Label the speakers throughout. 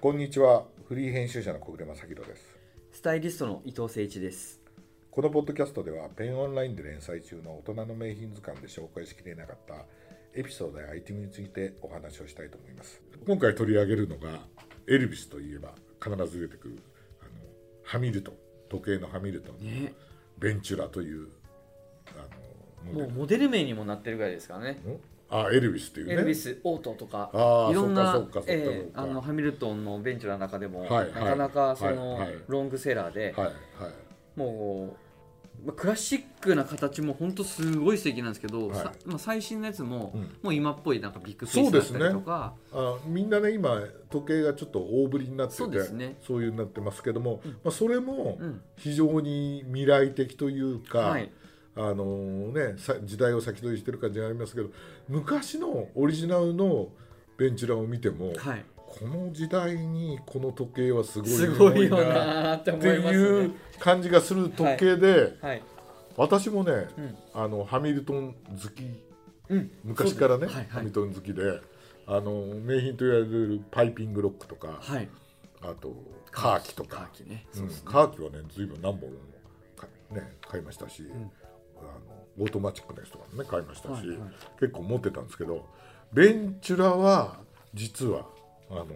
Speaker 1: こんにちはフリー編集者の小暮正弘です
Speaker 2: スタイリストの伊藤誠一です。
Speaker 1: このポッドキャストではペンオンラインで連載中の大人の名品図鑑で紹介しきれなかったエピソードやアイテムについてお話をしたいと思います今回取り上げるのがエルビスといえば必ず出てくるあのハミルトン時計のハミルトンの
Speaker 2: ね、
Speaker 1: ベンチュラというあのモデ
Speaker 2: もう
Speaker 1: ル
Speaker 2: モデル名にもなってるぐらいですからね。
Speaker 1: んあエルビスっていうね
Speaker 2: エルビス、オートとか
Speaker 1: あ、ー
Speaker 2: いろんな
Speaker 1: そうかそうかそうか
Speaker 2: え
Speaker 1: そう
Speaker 2: え
Speaker 1: か
Speaker 2: あのハミルトンのベンチュラの中でも、
Speaker 1: はいはい
Speaker 2: なかなかその、
Speaker 1: はいはい
Speaker 2: ロングセラーで、
Speaker 1: はいはい
Speaker 2: もう、まあ、クラシックな形も本当すごい素敵なんですけど、
Speaker 1: はい
Speaker 2: さまあ、最新のやつも、
Speaker 1: うん
Speaker 2: もう今っぽいなんかビッグピースだったりとか、
Speaker 1: あみんなね今時計がちょっと大ぶりになってて
Speaker 2: そうですね
Speaker 1: そういうになってますけども、まあ、それも
Speaker 2: うん
Speaker 1: 非常に未来的というか、
Speaker 2: はい
Speaker 1: あのね、さ時代を先取りしてる感じがありますけど昔のオリジナルのベンチュラを見ても、
Speaker 2: はい、
Speaker 1: この時代にこの時計はすごい
Speaker 2: すごいよ
Speaker 1: 良な
Speaker 2: なーって
Speaker 1: っ
Speaker 2: 思
Speaker 1: て
Speaker 2: いま
Speaker 1: い
Speaker 2: す
Speaker 1: う
Speaker 2: ね。
Speaker 1: 感じがする時計で、
Speaker 2: はい、
Speaker 1: 私もね、
Speaker 2: うん
Speaker 1: あのハミルトン好き
Speaker 2: うん、
Speaker 1: 昔からね、
Speaker 2: そうですはい
Speaker 1: ハ
Speaker 2: は
Speaker 1: ミル
Speaker 2: い、
Speaker 1: トン好きであの名品と言われるパイピングロックとか、
Speaker 2: はい、
Speaker 1: あとカーキとか
Speaker 2: カーキね、
Speaker 1: う
Speaker 2: そ
Speaker 1: ん
Speaker 2: うですね
Speaker 1: カーキはね随分何本もか、ね、買いましたし、
Speaker 2: ん
Speaker 1: あのオートマチックのやつとかもね買いましたし、
Speaker 2: はいはい
Speaker 1: 結構持ってたんですけどベンチュラは実はあの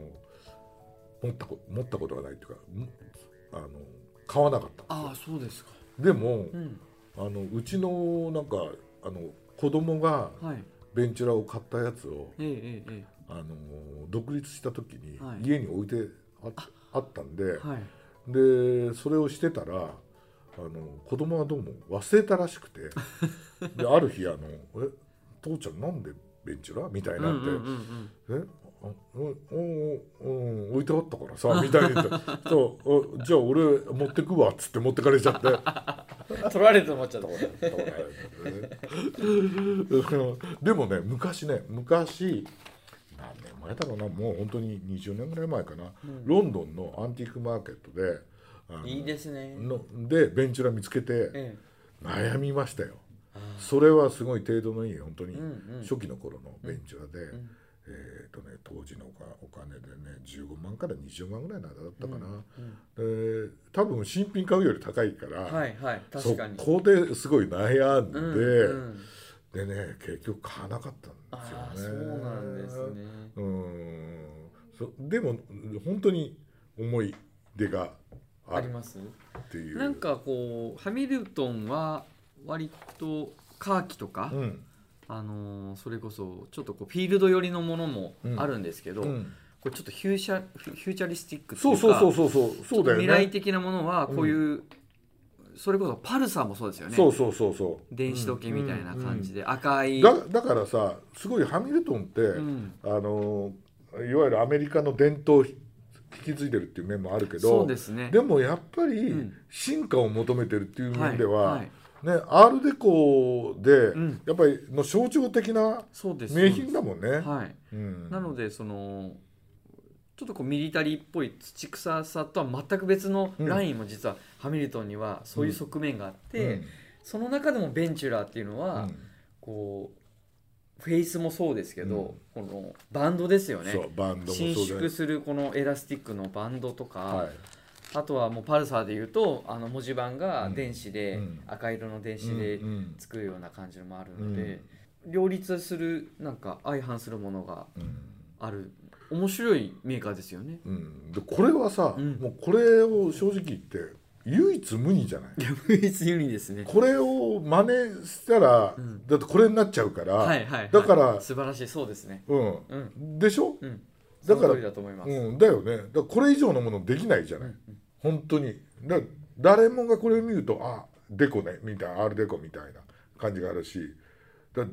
Speaker 1: 持ったこ持ったことがないというかんあの買わなかった
Speaker 2: ああ、そうですか。
Speaker 1: でも、う
Speaker 2: うん、
Speaker 1: あのうちのなんかあの子供が
Speaker 2: はい、
Speaker 1: ベンチュラを買ったやつを
Speaker 2: えええええ
Speaker 1: あの独立した時に
Speaker 2: はい
Speaker 1: 家に置いてあ,、あったんで、
Speaker 2: えはい。
Speaker 1: でそれをしてたらあの子供はどうも忘れたらし くてである日あの「え父ちゃんなんでベンチュラ?」みたいになって「
Speaker 2: うんうんうんうん
Speaker 1: えあうんうんうん置いてあったから さ」みたいに言って「そうあじゃあ俺持ってくわ」っつって持ってかれちゃって
Speaker 2: 取られて思っちゃったこれ
Speaker 1: でもね昔ね昔何年前だろうなもう本当に20年ぐらい前かな、ロンドンのアンティークマーケットであの
Speaker 2: いいですね
Speaker 1: のでベンチュラ見つけて
Speaker 2: え
Speaker 1: 悩みましたよそれはすごい程度のいい本当に
Speaker 2: うんうん
Speaker 1: 初期の頃のベンチュラで、
Speaker 2: ん
Speaker 1: えーとね、当時のおかお金でね15万から20万ぐらいの間だったかな、で多分新品買うより高いから、
Speaker 2: えはいはい
Speaker 1: そ
Speaker 2: 確かに
Speaker 1: こですごい悩んで、
Speaker 2: うんうん
Speaker 1: でね結局買わなかったんですよね
Speaker 2: あ。あそうなんですね
Speaker 1: うーんそでも本当に思い出が
Speaker 2: あ
Speaker 1: あ
Speaker 2: り
Speaker 1: る
Speaker 2: ます
Speaker 1: っていう。
Speaker 2: なんかこうハミルトンは割とカーキとか、
Speaker 1: うん
Speaker 2: あのーそれこそちょっとこうフィールド寄りのものもあるんですけど、
Speaker 1: うん
Speaker 2: これちょっとフューシャフューチャリスティックってい
Speaker 1: そう
Speaker 2: か
Speaker 1: うそうそうそうそうそうだよね
Speaker 2: 未来的なものはこういう、それこそパルサーもそうですよね
Speaker 1: そうそうそうそう
Speaker 2: 電子時計みたいな感じで、赤い、
Speaker 1: だだからさすごいハミルトンって、
Speaker 2: ん
Speaker 1: あのーいわゆるアメリカの伝統を引き継いでるっていう面もあるけど
Speaker 2: そうですね
Speaker 1: でもやっぱり
Speaker 2: うん
Speaker 1: 進化を求めてるっていう面では、
Speaker 2: はいはい
Speaker 1: ね、アールデコで、
Speaker 2: ん
Speaker 1: やっぱりの象徴的な
Speaker 2: そうです
Speaker 1: 名品だもんね。
Speaker 2: はい、
Speaker 1: うん
Speaker 2: なのでそのちょっとこうミリタリーっぽい土臭さとは全く別のラインも実はハミルトンにはそういう側面があって、その中でもベンチュラーっていうの
Speaker 1: うん
Speaker 2: は、こうフェイスもそうですけど、このバンドですよ
Speaker 1: うん
Speaker 2: ね
Speaker 1: そうバンドもそう
Speaker 2: 伸
Speaker 1: だよ
Speaker 2: 縮するこのエラスティックのバンドとか、
Speaker 1: はい
Speaker 2: あとはもうパルサーでいうとあの文字盤が電子で、
Speaker 1: うん
Speaker 2: 赤色の電子
Speaker 1: うん
Speaker 2: で
Speaker 1: うん
Speaker 2: 作るような感じのもあるので、両立するなんか相反するものが
Speaker 1: うん
Speaker 2: ある面白いメーカーですよね。
Speaker 1: うん、でこれはさ、
Speaker 2: うん
Speaker 1: もうこれを正直言って唯一無二じゃない
Speaker 2: いや唯一ユニですね。
Speaker 1: これを真似したら、
Speaker 2: うん
Speaker 1: だってこれになっちゃうから、
Speaker 2: はいはい、はい、
Speaker 1: だから
Speaker 2: 素晴らしいそうですね。
Speaker 1: うん、
Speaker 2: うん
Speaker 1: でしょ、
Speaker 2: うん。
Speaker 1: だ
Speaker 2: だ
Speaker 1: から
Speaker 2: からだと思います。
Speaker 1: うん、だよねだからこれ以上のものできないじゃない、本当にだ誰もがこれを見るとあデコねみたいなアールデコみたいな感じがあるしだ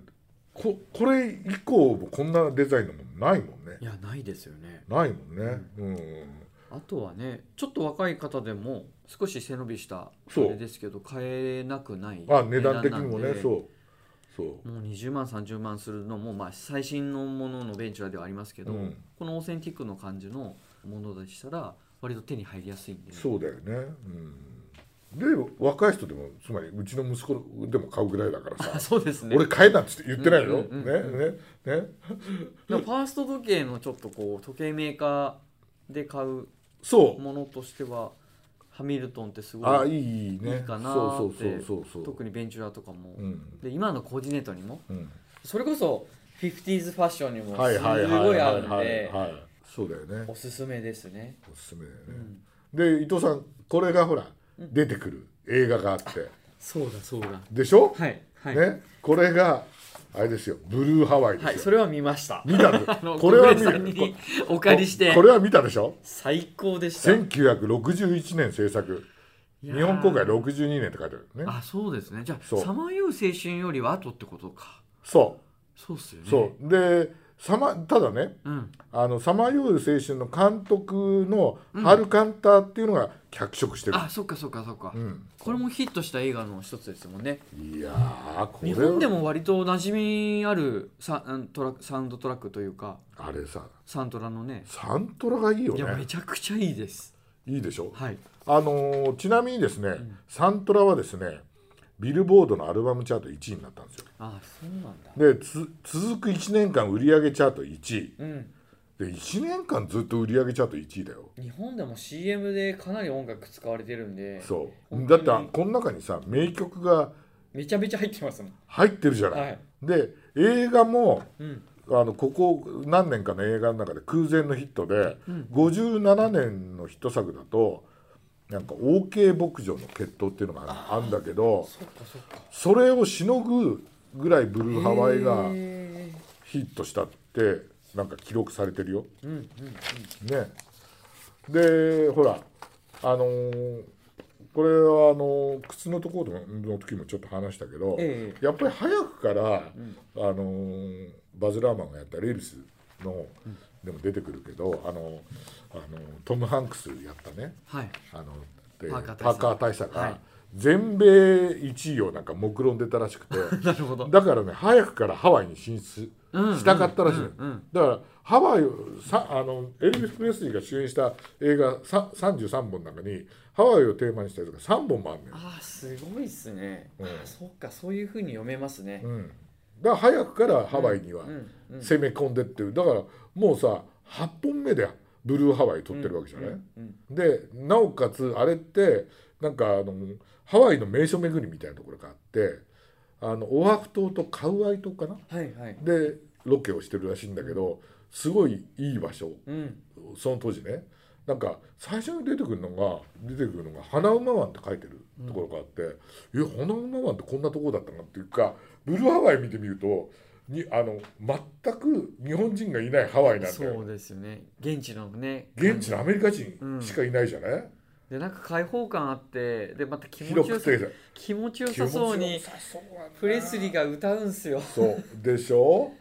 Speaker 1: ここれ以降もこんなデザインのものないもんね
Speaker 2: いやないですよね。
Speaker 1: ないもんねうん、
Speaker 2: あとはねちょっと若い方でも少し背伸びしたあ
Speaker 1: そう
Speaker 2: れですけど買えなくない
Speaker 1: あ値段的にもね
Speaker 2: う
Speaker 1: そうそう
Speaker 2: もう20万30万するのも、まあ、最新のもののベンチュラではありますけど、
Speaker 1: うん
Speaker 2: このオーセンティックの感じのものでしたら割と手に入りやすいんで
Speaker 1: そうだよね、うん、で若い人でもつまりうちの息子でも買うぐらいだから
Speaker 2: あ
Speaker 1: さ
Speaker 2: そうですね
Speaker 1: 俺買えなんて言ってないよ、
Speaker 2: うんうん
Speaker 1: ねねね
Speaker 2: でもファースト時計のちょっとこう時計メーカーで買う
Speaker 1: そう
Speaker 2: ものとしてはハミルトンってすご
Speaker 1: あ
Speaker 2: い
Speaker 1: いいね
Speaker 2: いいかな
Speaker 1: そう
Speaker 2: ーっ
Speaker 1: そ
Speaker 2: て
Speaker 1: うそうそうそう
Speaker 2: 特にベンチュラとかも、
Speaker 1: うん
Speaker 2: で今のコーディネートにも
Speaker 1: うん
Speaker 2: それこそ 50s ファッションにも
Speaker 1: はい
Speaker 2: す
Speaker 1: はいはい
Speaker 2: ご
Speaker 1: はい
Speaker 2: い合うの
Speaker 1: はい
Speaker 2: で
Speaker 1: はいそうだよね
Speaker 2: おすすめですね、
Speaker 1: おすすめだよ
Speaker 2: う
Speaker 1: ね
Speaker 2: ん
Speaker 1: で伊藤さんこれがほら出てくる映画があって
Speaker 2: そうだそうだ
Speaker 1: でしょ
Speaker 2: はいはい、
Speaker 1: ねこれがあれですよブルーハワイ
Speaker 2: はい、
Speaker 1: です
Speaker 2: そ
Speaker 1: よ
Speaker 2: れは見 ました
Speaker 1: 見た
Speaker 2: あの
Speaker 1: のこれは見
Speaker 2: 小暮さんに
Speaker 1: こ
Speaker 2: お借りして
Speaker 1: これは見たでしょ
Speaker 2: 最高でした
Speaker 1: 1961年制作
Speaker 2: 日
Speaker 1: 日本公開62年って書いてあるよね
Speaker 2: あそうですねじゃあ
Speaker 1: そう
Speaker 2: さまよう青春よりは後ってことか
Speaker 1: そ
Speaker 2: そうっすよ
Speaker 1: う
Speaker 2: ね
Speaker 1: そうでさまただね
Speaker 2: う、ん、
Speaker 1: あの「さまよう青春」の監督のハル・カンターっていうのが脚色してる、
Speaker 2: あそっかそっかそっか、
Speaker 1: うん
Speaker 2: これもヒットした映画の一つですもんね
Speaker 1: いやーこれ
Speaker 2: 日本でも割と馴染みあるサうんトラサウンドトラックというか
Speaker 1: あれさ
Speaker 2: サントラのね
Speaker 1: サントラがいいよ
Speaker 2: いやめ
Speaker 1: ね
Speaker 2: ちゃくちゃいいです
Speaker 1: いいでしょ
Speaker 2: はい
Speaker 1: あのーちなみにですね、サントラはですねビルボードのアルバムチャート1位になったんですよ
Speaker 2: あそうなんだ
Speaker 1: でつ続く1年間売上チャート1位
Speaker 2: うん
Speaker 1: で1年間ずっと売上チャート1位だよ
Speaker 2: 日本でも CM でかなり音楽使われてるんで
Speaker 1: そう
Speaker 2: 本
Speaker 1: だ
Speaker 2: 当
Speaker 1: っ
Speaker 2: に
Speaker 1: てこの中にさ名曲が
Speaker 2: めちゃめちゃ入ってますもん
Speaker 1: 入ってるじゃない、
Speaker 2: はい
Speaker 1: で映画も
Speaker 2: うん
Speaker 1: あのここ何年かの映画の中で空前のヒットで、
Speaker 2: うん
Speaker 1: 57年のヒット作だとなんか OK 牧場の決闘っていうのがあるんだけど
Speaker 2: そっかそっか
Speaker 1: それをしのぐぐらいブルーハワイが
Speaker 2: へ
Speaker 1: ヒットしたってなんか記録されてるよ。
Speaker 2: ーうんうん
Speaker 1: ね、でほらあのーこれはあのー靴のところの時もちょっと話したけど、
Speaker 2: え
Speaker 1: やっぱり早くから、
Speaker 2: ん
Speaker 1: あのーバズ・ラーマンがやったレイビスの、でも出てくるけどあのーあのートム・ハンクスやったね
Speaker 2: はい
Speaker 1: あので
Speaker 2: パーカー大佐
Speaker 1: パーカー大佐が、
Speaker 2: はい
Speaker 1: 全米1位をなんか目論んでたらしく て
Speaker 2: なるほど
Speaker 1: だからね早くからハワイに進出
Speaker 2: うん
Speaker 1: したかったらしいのよ、
Speaker 2: うんうん
Speaker 1: だからハワイをさあのエルヴィス・プレスリーが主演した映画さ33本の中にハワイをテーマにしたやつが3本もあるのよ、
Speaker 2: あーすごいっすね、
Speaker 1: うん
Speaker 2: あーそっかそういうふうに読めますね、
Speaker 1: うん、だから早くからハワイには
Speaker 2: うんうん
Speaker 1: 攻め込んでってるだからもうさ8本目でブルーハワイ撮ってるわけじゃない、
Speaker 2: うん
Speaker 1: でなおかつあれってなんかあのハワイの名所巡りみたいなところがあってあのオアフ島とカウアイ島かな
Speaker 2: はいはい
Speaker 1: でロケをしてるらしいんだけど、すごいいい場所
Speaker 2: うん
Speaker 1: その当時ねなんか最初に出てくるのが出てくるのが「花馬湾」って書いてるところがあって「え花馬湾ってこんなところだったな」っていうかブルーハワイ見てみるとにあの全く日本人がいないハワイなんだ
Speaker 2: そ
Speaker 1: よ
Speaker 2: うですよね現地のね
Speaker 1: 現地のアメリカ人
Speaker 2: うん
Speaker 1: しかいないじゃない、
Speaker 2: でなんか開放感あってでまた気持
Speaker 1: 広
Speaker 2: ちよ
Speaker 1: く
Speaker 2: さ
Speaker 1: て
Speaker 2: 気持ちよさそう
Speaker 1: 気持
Speaker 2: に
Speaker 1: ちよさそうなんだよ
Speaker 2: プレスリーが歌うんすよ
Speaker 1: そうでしょ、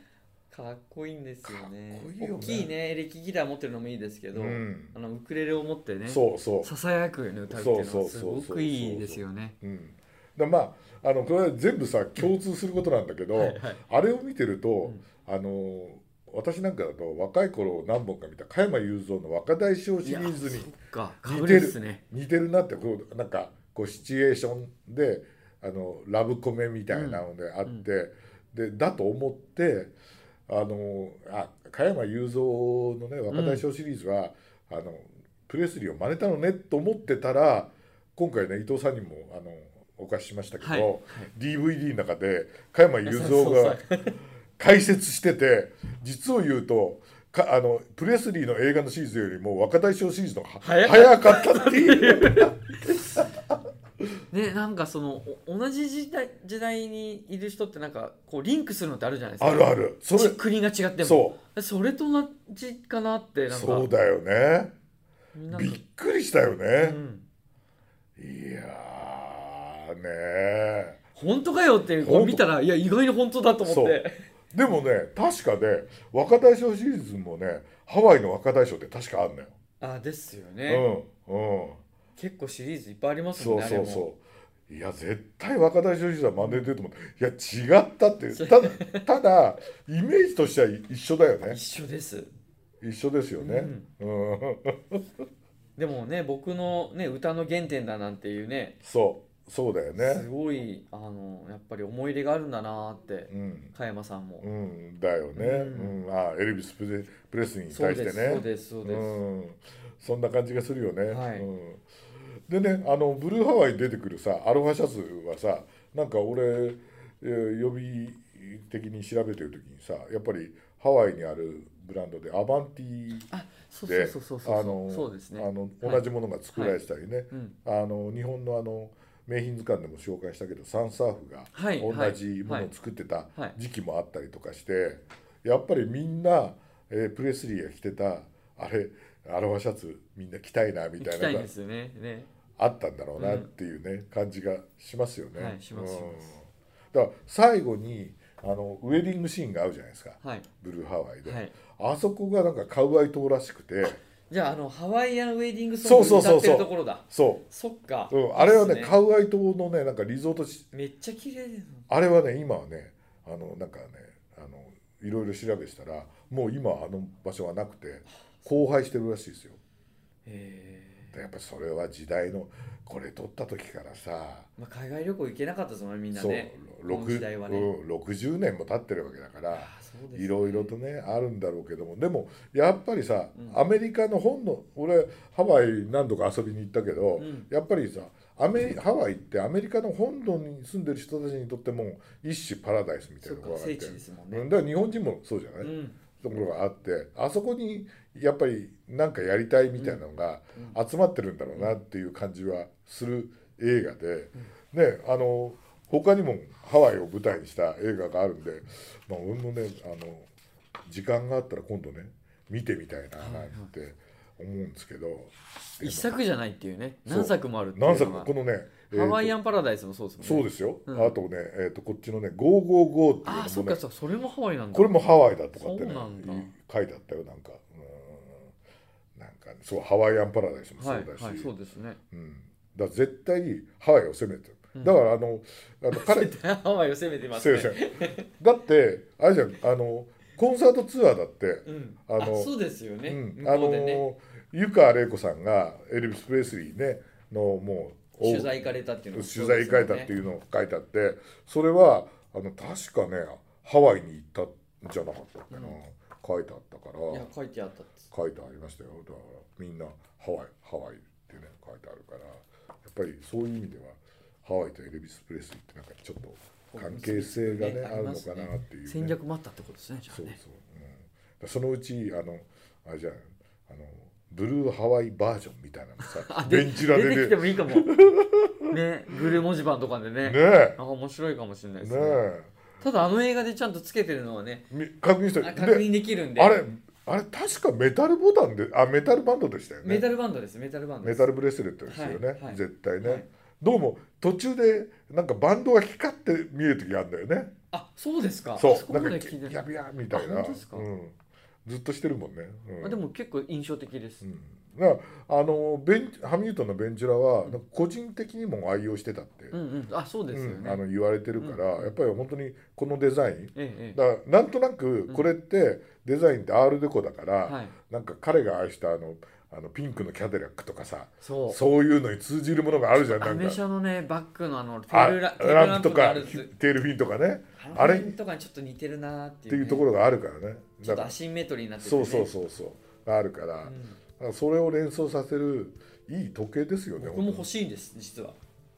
Speaker 2: かっこいいんですよね
Speaker 1: かっこいいよね
Speaker 2: 大きいねエレキギター持ってるのもいいですけど、
Speaker 1: うん
Speaker 2: あのウクレレを持ってね
Speaker 1: そうそう
Speaker 2: ささやくよね歌うっていう
Speaker 1: そ
Speaker 2: の
Speaker 1: うそ
Speaker 2: は
Speaker 1: うそう
Speaker 2: す
Speaker 1: そう
Speaker 2: ごくいいですよね
Speaker 1: うん、だまああのこれは全部さ共通することなんだけど、
Speaker 2: はいはい
Speaker 1: あれを見てると、
Speaker 2: ん
Speaker 1: あの私なんかだと若い頃何本か見た加山雄三の「若大将」シリーズ
Speaker 2: いやそ
Speaker 1: に
Speaker 2: っかか
Speaker 1: 似
Speaker 2: ぶ
Speaker 1: て
Speaker 2: れ
Speaker 1: る
Speaker 2: ですね
Speaker 1: 似てるなってこうなんかこうシチュエーションであのラブコメみたいなのであって、でだと思ってあのあ加山雄三のね「若大将」シリーズは、あのプレスリーを真似たのねと思ってたら今回ね伊藤さんにもあのお貸ししましたけど、
Speaker 2: はいはい
Speaker 1: DVD の中で加山雄三が。解説してて実を言うとかあのプレスリーの映画のシリーズよりも若大将シリーズのは
Speaker 2: 早か
Speaker 1: 早かったっていう
Speaker 2: ね、なんかそのお同じ時代時代にいる人ってなんかこうリンクするのってあるじゃないですか
Speaker 1: あるあるそ
Speaker 2: ち
Speaker 1: れ
Speaker 2: 国が違っても
Speaker 1: そ
Speaker 2: それと同じかなって
Speaker 1: う
Speaker 2: なんか
Speaker 1: そうだよね
Speaker 2: みんなの
Speaker 1: びっくりしたよ
Speaker 2: う
Speaker 1: ね、
Speaker 2: ん、
Speaker 1: いやーねー
Speaker 2: 本当かよっていう
Speaker 1: 本
Speaker 2: こ
Speaker 1: 当
Speaker 2: う見たらいや意外に本当だと思っ
Speaker 1: そう
Speaker 2: て
Speaker 1: でもね確かね若大将シリーズもねハワイの若大将って確かあんのよ、
Speaker 2: あですよね、
Speaker 1: うんうん
Speaker 2: 結構シリーズいっぱいあります
Speaker 1: そ
Speaker 2: もん
Speaker 1: う
Speaker 2: ね
Speaker 1: そう
Speaker 2: う
Speaker 1: そういや絶対若大将時代真似てると思ういや違ったってただただイメージとしては一緒だよね
Speaker 2: 一緒です
Speaker 1: 一緒ですよねうん、
Speaker 2: でもね僕のね歌の原点だなんていうね
Speaker 1: そうそうだよ
Speaker 2: す
Speaker 1: ね
Speaker 2: ごいあのやっぱり思い入れがあるんだなーって
Speaker 1: うん、
Speaker 2: 加山さんも
Speaker 1: うん、だよね、う
Speaker 2: うんん
Speaker 1: あエルビスプレ・プレスリーに
Speaker 2: そ
Speaker 1: 対
Speaker 2: う
Speaker 1: して
Speaker 2: で
Speaker 1: ね
Speaker 2: すそうですそうです
Speaker 1: ん、そんな感じがするよね。
Speaker 2: はい
Speaker 1: うん、でねあのブルーハワイに出てくるさアロハシャツはさなんか俺、えー予備的に調べてる時にさやっぱりハワイにあるブランドでアバンティ
Speaker 2: あそう
Speaker 1: で
Speaker 2: そうそうそう
Speaker 1: あ
Speaker 2: そ
Speaker 1: の
Speaker 2: うそうですね
Speaker 1: あの
Speaker 2: は
Speaker 1: 同
Speaker 2: い
Speaker 1: じものが作られてたりね、
Speaker 2: うん
Speaker 1: あの日本のあの名品図鑑でも紹介したけどサンサーフが
Speaker 2: はい
Speaker 1: 同じものを作ってた
Speaker 2: はい
Speaker 1: 時期もあったりとかしてやっぱりみんな、えープレスリーが着てたあれアロハシャツみんな着たいなみ
Speaker 2: 行
Speaker 1: た
Speaker 2: き
Speaker 1: いな
Speaker 2: たい
Speaker 1: のが
Speaker 2: んですよねね
Speaker 1: あったんだろうなっていうね、感じがしますよね。
Speaker 2: はいしますします
Speaker 1: うんだから最後にあのウェディングシーンが合うじゃないですか
Speaker 2: はい
Speaker 1: ブルーハワイで、
Speaker 2: はい
Speaker 1: あそこがなんかカウアイ島らしくて
Speaker 2: じゃああのハワイアンウェディングソング
Speaker 1: そうそうそ
Speaker 2: 歌
Speaker 1: うそう
Speaker 2: ってるところだ
Speaker 1: そ
Speaker 2: そっか
Speaker 1: う、うん、あれはね
Speaker 2: です
Speaker 1: カウアイ島のねなんかリゾート地
Speaker 2: めっちゃ綺麗です
Speaker 1: あれはね今はねあのなんかねあのいろいろ調べしたらもう今あの場所はなくて荒廃してるらしいですよ
Speaker 2: へ
Speaker 1: で
Speaker 2: え
Speaker 1: やっぱりそれは時代のこれ撮った時からさ
Speaker 2: まあ、海外旅行行けなかったですもんねみんな
Speaker 1: そう
Speaker 2: ね
Speaker 1: ろ
Speaker 2: こ
Speaker 1: く
Speaker 2: の時代はね
Speaker 1: うん60年も経ってるわけだから
Speaker 2: あそうですね
Speaker 1: いろいろとねあるんだろうけどもでもやっぱりさ、
Speaker 2: うん
Speaker 1: アメリカの本の俺ハワイ何度か遊びに行ったけど、
Speaker 2: うん
Speaker 1: やっぱりさアメハワイってアメリカの本土に住んでる人たちにとっても一種パラダイスみたい
Speaker 2: そ
Speaker 1: な
Speaker 2: っ
Speaker 1: と
Speaker 2: か
Speaker 1: ころがあって
Speaker 2: 聖地ですもん
Speaker 1: う
Speaker 2: ね
Speaker 1: んだから日本人もそうじゃない、
Speaker 2: うん
Speaker 1: ところがあってあそこにやっぱりなんかやりたいみたいなのが集まってるんだろうなっていう感じはする映画で、ねあの他にもハワイを舞台にした映画があるんで、まあ、俺もねあの時間があったら今度ね見てみたいななんて思うんですけど、
Speaker 2: 一作じゃないっていうね
Speaker 1: そう
Speaker 2: 何作もあるっていう
Speaker 1: 何作
Speaker 2: の
Speaker 1: も
Speaker 2: が
Speaker 1: このね、えーと
Speaker 2: ハワイアンパラダイスもそうですもん
Speaker 1: そ
Speaker 2: ね
Speaker 1: うですよ、
Speaker 2: うん
Speaker 1: あとね、えー、とこっちのね「555」っていうの
Speaker 2: あ
Speaker 1: も
Speaker 2: あそっ
Speaker 1: ね
Speaker 2: かそうそれもハワイなんだ
Speaker 1: これもハワイだとかってね
Speaker 2: そうなんだ
Speaker 1: 書いてあったよなんかうんなんか、ね、そうハワイアンパラダイスもそう
Speaker 2: はい
Speaker 1: だし、
Speaker 2: はいそうですね
Speaker 1: うん、だから絶対にハワイを攻めてる、
Speaker 2: うん
Speaker 1: だからあのあの彼
Speaker 2: ハワイを 攻めてます
Speaker 1: すい
Speaker 2: ね
Speaker 1: ませんだってあれじゃんあのコンサートツアーだって、
Speaker 2: うん
Speaker 1: あの
Speaker 2: あそうですよね
Speaker 1: うん、あ
Speaker 2: 向こうでね
Speaker 1: の湯川玲子さんがエルビス・プレスリーねのもう
Speaker 2: 取材行かれたっていうのも
Speaker 1: 取材書いたって
Speaker 2: う
Speaker 1: いうのを書いてあってそれはあの確かねハワイに行ったんじゃなかったっけな、
Speaker 2: うん
Speaker 1: 書いてあったか
Speaker 2: ですよねいや
Speaker 1: ら
Speaker 2: 書いてあったっつ
Speaker 1: 書いてありましたよだからみんなハワイハワイってね書いてあるからやっぱりそういう意味ではハワイとエルビス・プレスリーってなんかちょっと関係性がね
Speaker 2: ね
Speaker 1: あるのかなっていう、ね、
Speaker 2: 戦略もあったってことですねじゃあ
Speaker 1: そう
Speaker 2: ね
Speaker 1: そう、うん、だそのうちあのあれじゃないあのブルーハワイバージョンみたいなの
Speaker 2: あ
Speaker 1: さ
Speaker 2: で
Speaker 1: ベンチラで
Speaker 2: 出てきて
Speaker 1: ね
Speaker 2: もいい かもねグルー文字盤とかでね
Speaker 1: ね
Speaker 2: あ面白いかもしれない
Speaker 1: え
Speaker 2: で
Speaker 1: ね
Speaker 2: すね
Speaker 1: え
Speaker 2: ただあの映画でちゃんとつけてるのはね
Speaker 1: み確認した
Speaker 2: あ
Speaker 1: で
Speaker 2: 確認できるんで
Speaker 1: あれあれ確かメタルボタンであメタルバンドでしたよね
Speaker 2: メタルバンドですメタルバンドで
Speaker 1: メ
Speaker 2: す
Speaker 1: タルブレスレットですよね、
Speaker 2: はいはい
Speaker 1: 絶対ね、
Speaker 2: はい
Speaker 1: どうも途中でなんかバンドが光って見える時あるんだよね
Speaker 2: あそうですか
Speaker 1: そ
Speaker 2: あこ
Speaker 1: うな
Speaker 2: ま
Speaker 1: んか
Speaker 2: で
Speaker 1: キ
Speaker 2: 聞いて
Speaker 1: ャ
Speaker 2: ない
Speaker 1: ビャーみたいな
Speaker 2: あ本当ですか
Speaker 1: うん、ずっとしてるもんね、うん
Speaker 2: あでも結構印象的です
Speaker 1: うんだからあのベンハミルトンのベンチュラはなんか個人的にも愛用してたって、
Speaker 2: うんうんあそうですよ
Speaker 1: うん
Speaker 2: ね
Speaker 1: あの言われてるから、やっぱり本当にこのデザイン
Speaker 2: えええ
Speaker 1: だからなんとなくこれってデザインってアールデコだから、
Speaker 2: えはい
Speaker 1: なんか彼が愛したあのあのピンクのキャデラックとかさ
Speaker 2: そう
Speaker 1: そういうのに通じるものがあるじゃんな
Speaker 2: ア
Speaker 1: ん
Speaker 2: メ
Speaker 1: か
Speaker 2: 車のねバックのあのテ
Speaker 1: あ
Speaker 2: ールラテールラ
Speaker 1: ラン
Speaker 2: ン
Speaker 1: プと
Speaker 2: プがあ
Speaker 1: か
Speaker 2: る
Speaker 1: ヒテールフィンとかね
Speaker 2: あ
Speaker 1: あ
Speaker 2: れ
Speaker 1: れ
Speaker 2: とかにちょっと似てるなーっ
Speaker 1: っ
Speaker 2: ていう,、
Speaker 1: て
Speaker 2: ね、
Speaker 1: いうところがあるからね
Speaker 2: ち
Speaker 1: だ
Speaker 2: ょっと
Speaker 1: か
Speaker 2: ア
Speaker 1: ら
Speaker 2: シンメトリーになってて、
Speaker 1: そ
Speaker 2: ね、
Speaker 1: うそうそうそうあるからだ
Speaker 2: ん
Speaker 1: からそれを連想させるいい時計ですよね
Speaker 2: 僕も
Speaker 1: 本当
Speaker 2: 欲
Speaker 1: に
Speaker 2: しいんです実は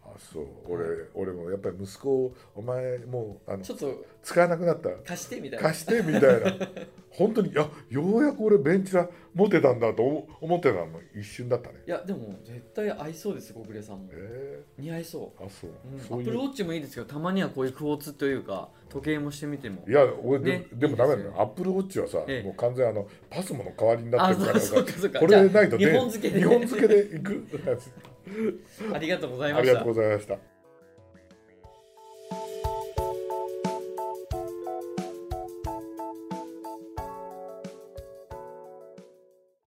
Speaker 1: あそう俺俺もやっぱり息子をお前もうあの
Speaker 2: ちょっと
Speaker 1: 使わなくなった
Speaker 2: 貸してみたいな
Speaker 1: 貸してみたい な本当にいやようやく俺ベンチラ持てたんだと思思ってたの一瞬だったね
Speaker 2: いやでも絶対合いそうです小暮さんも
Speaker 1: え
Speaker 2: 似合いそ
Speaker 1: ー、あそう、
Speaker 2: う,、うん、
Speaker 1: そう
Speaker 2: ア
Speaker 1: い
Speaker 2: ップ
Speaker 1: う
Speaker 2: ルウォッチもいいですけどたまにはこういうクォーツというか時計もしてみても
Speaker 1: いや俺で,、
Speaker 2: ね
Speaker 1: でもダメだ
Speaker 2: いいです
Speaker 1: よ
Speaker 2: よ
Speaker 1: アップルウォッチはさ、
Speaker 2: ええ
Speaker 1: もう完全にあのパスモの代わりになっ
Speaker 2: あ
Speaker 1: てるからさ
Speaker 2: そうそうかそうか
Speaker 1: これないと
Speaker 2: じゃあ日本付けで
Speaker 1: 日本付けでいく
Speaker 2: ありがとうござい
Speaker 1: あ
Speaker 2: ま
Speaker 1: り
Speaker 2: し
Speaker 1: が
Speaker 2: た
Speaker 1: とうございました